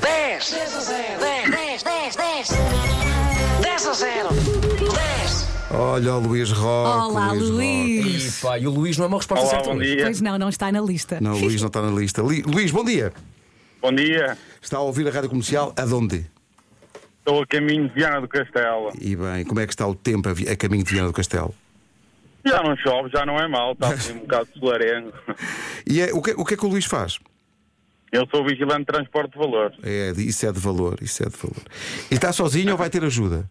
10, 10 a 0. 10, 10, 10, 10. 10 a 0. 10. Olha o Luís Roque. Olá, Luís. Roque. E, pá, e o Luís não é uma resposta Olá, certa bom hoje. dia. Pois não, não está na lista. Não, o Luís não está na lista. Li- Luís, bom dia. Bom dia. Está a ouvir a rádio comercial aonde? Estou a caminho de Viana do Castelo. E bem, como é que está o tempo a, vi- a caminho de Viana do Castelo? Já não chove, já não é mal, está assim um bocado solarengo. E é- o, que, o que é que o Luís faz? Eu sou vigilante de transporte de valores. É, de- isso é de valor, isso é de valor. E está sozinho ou vai ter ajuda?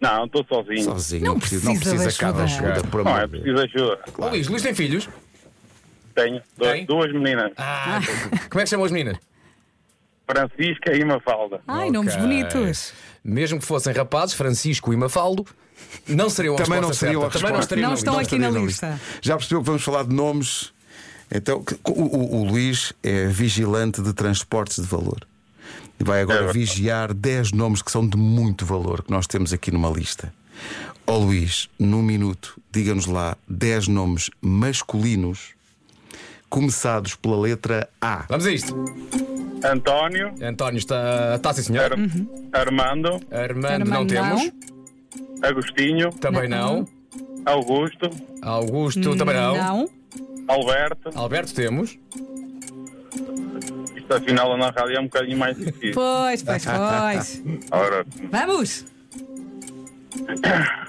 Não, estou sozinho. Sozinho, Não não precisa de precisa cá de ajuda. ajuda, por Não, é amor de Deus. preciso ajuda. Ó, Luís, Luís tem filhos? Tenho dois- Tem? duas meninas, Ah, como é que se chamam as meninas? Francisca e Mafalda. Ah. Ai, nomes Ok. bonitos. Mesmo que fossem rapazes, Francisco e Mafaldo, não seriam a Também resposta não seriam certa. a Também resposta. não estariam Não na estão lista. aqui. Estaria na lista. Já percebeu que vamos falar de nomes? Então, que- o, o- o Luís é vigilante de transportes de valor. E Vai agora É. vigiar 10 nomes que são de muito valor, que nós temos aqui numa lista. Ó Luís, num minuto, diga-nos lá 10 nomes masculinos começados pela letra A. Vamos a isto. António, António está, está sim, senhor. Ar- Uhum. Armando, Armando, Armando, não temos. Agostinho, Também não. Augusto, Augusto, também não. Não. Alberto. Alberto, temos. Isto afinal na rádio é um bocadinho mais difícil. Pois, pois, pois. Ora, Vamos.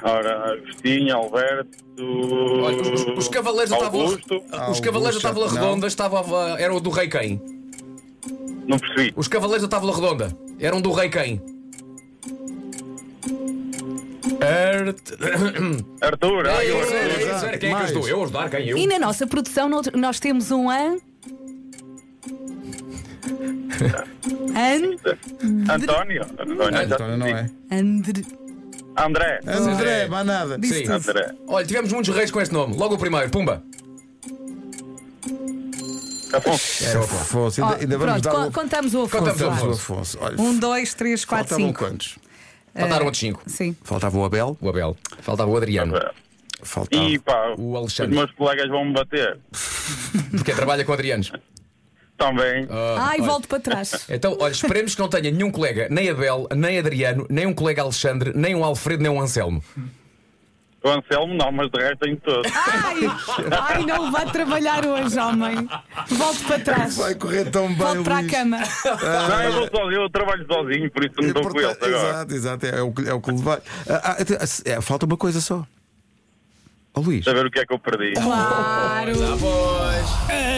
ora Agostinho, Alberto. Olha, os, os- os cavaleiros da Távola Augusto, Os cavaleiros da Távola não. Redonda estavam. a- eram do Rei Quem? não percebi. Os cavaleiros da Távola Redonda eram do Rei Quem? Art... Arthur, Ah, ai, Eu, o eu, eu, Arthur. eu, eu, eu, Quem é que eu Mais. estou? Eu a ajudar? Quem? Eu? E na nossa produção nós- nós temos um an. An. António. António, António, não é? Andre. André. André, mais nada. Disse Sim. tudo. André. Olha, tivemos muitos reis com este nome. Logo o primeiro, pumba. Afonso. Era o Afonso. É Afonso, ainda, Oh, ainda vamos pronto, dar con- o- contamos o Afonso. Contamos o vá. o um Afonso. Olha, Um, dois, três, quatro, faltavam cinco. quantos? Faltaram outros cinco. Sim. Faltava o Abel, O Abel. Faltava o Adriano. Tá. faltava. E pá, O os Alexandre. meus colegas vão me bater. Porque trabalha com Adrianos. Também. Ah. Ah, Ai, volto para trás. Então, olha, esperemos que não tenha nenhum colega, nem Abel, nem Adriano, nem um colega Alexandre, nem um Alfredo, nem um Anselmo. O Anselmo não, mas de resto tenho todos. Ah. Ai, ai, não vai trabalhar hoje, homem. Volto para trás. Vai correr tão bem. Volto para a Luís. cama. Não, eu, vou sozinho, eu trabalho sozinho, por isso não estou com eles É Portanto, agora. Exato, exato, é, o, que- é o que levar. Ah, ah, te- ah, se- é, falta uma coisa só. Ó Luís, Saber o que é que eu perdi. Ah, Claro.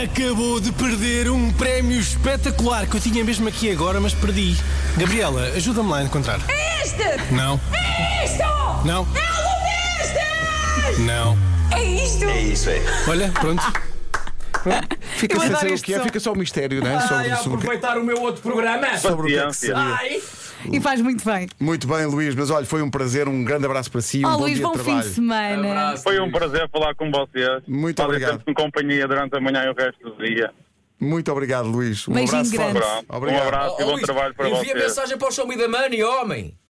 Acabou de perder um prémio espetacular que eu tinha mesmo aqui agora, mas perdi. Gabriela, ajuda-me lá a encontrar. Este! Não, Isto! não, É o Luís! não. É isto! Olha, pronto. fica eu sem adoro saber o este que é, som. fica só o mistério, não é? Sobre, sobre o que- o meu outro programa. sobre o que é que Ciência. seria. E faz muito bem. Muito bem, Luís, mas olha, foi um prazer, um grande abraço para si, um Ó, bom Oh, Luís, dia bom de fim trabalho. de semana. Foi um prazer falar com vocês. Muito Fazem obrigado. sempre-me companhia durante a manhã e o resto do dia. Muito obrigado, Luís. Um Beijinho abraço forte. grande. Pronto. Um Obrigado. abraço e bom trabalho para envia vocês. mensagem para o Show Me the Money, homem.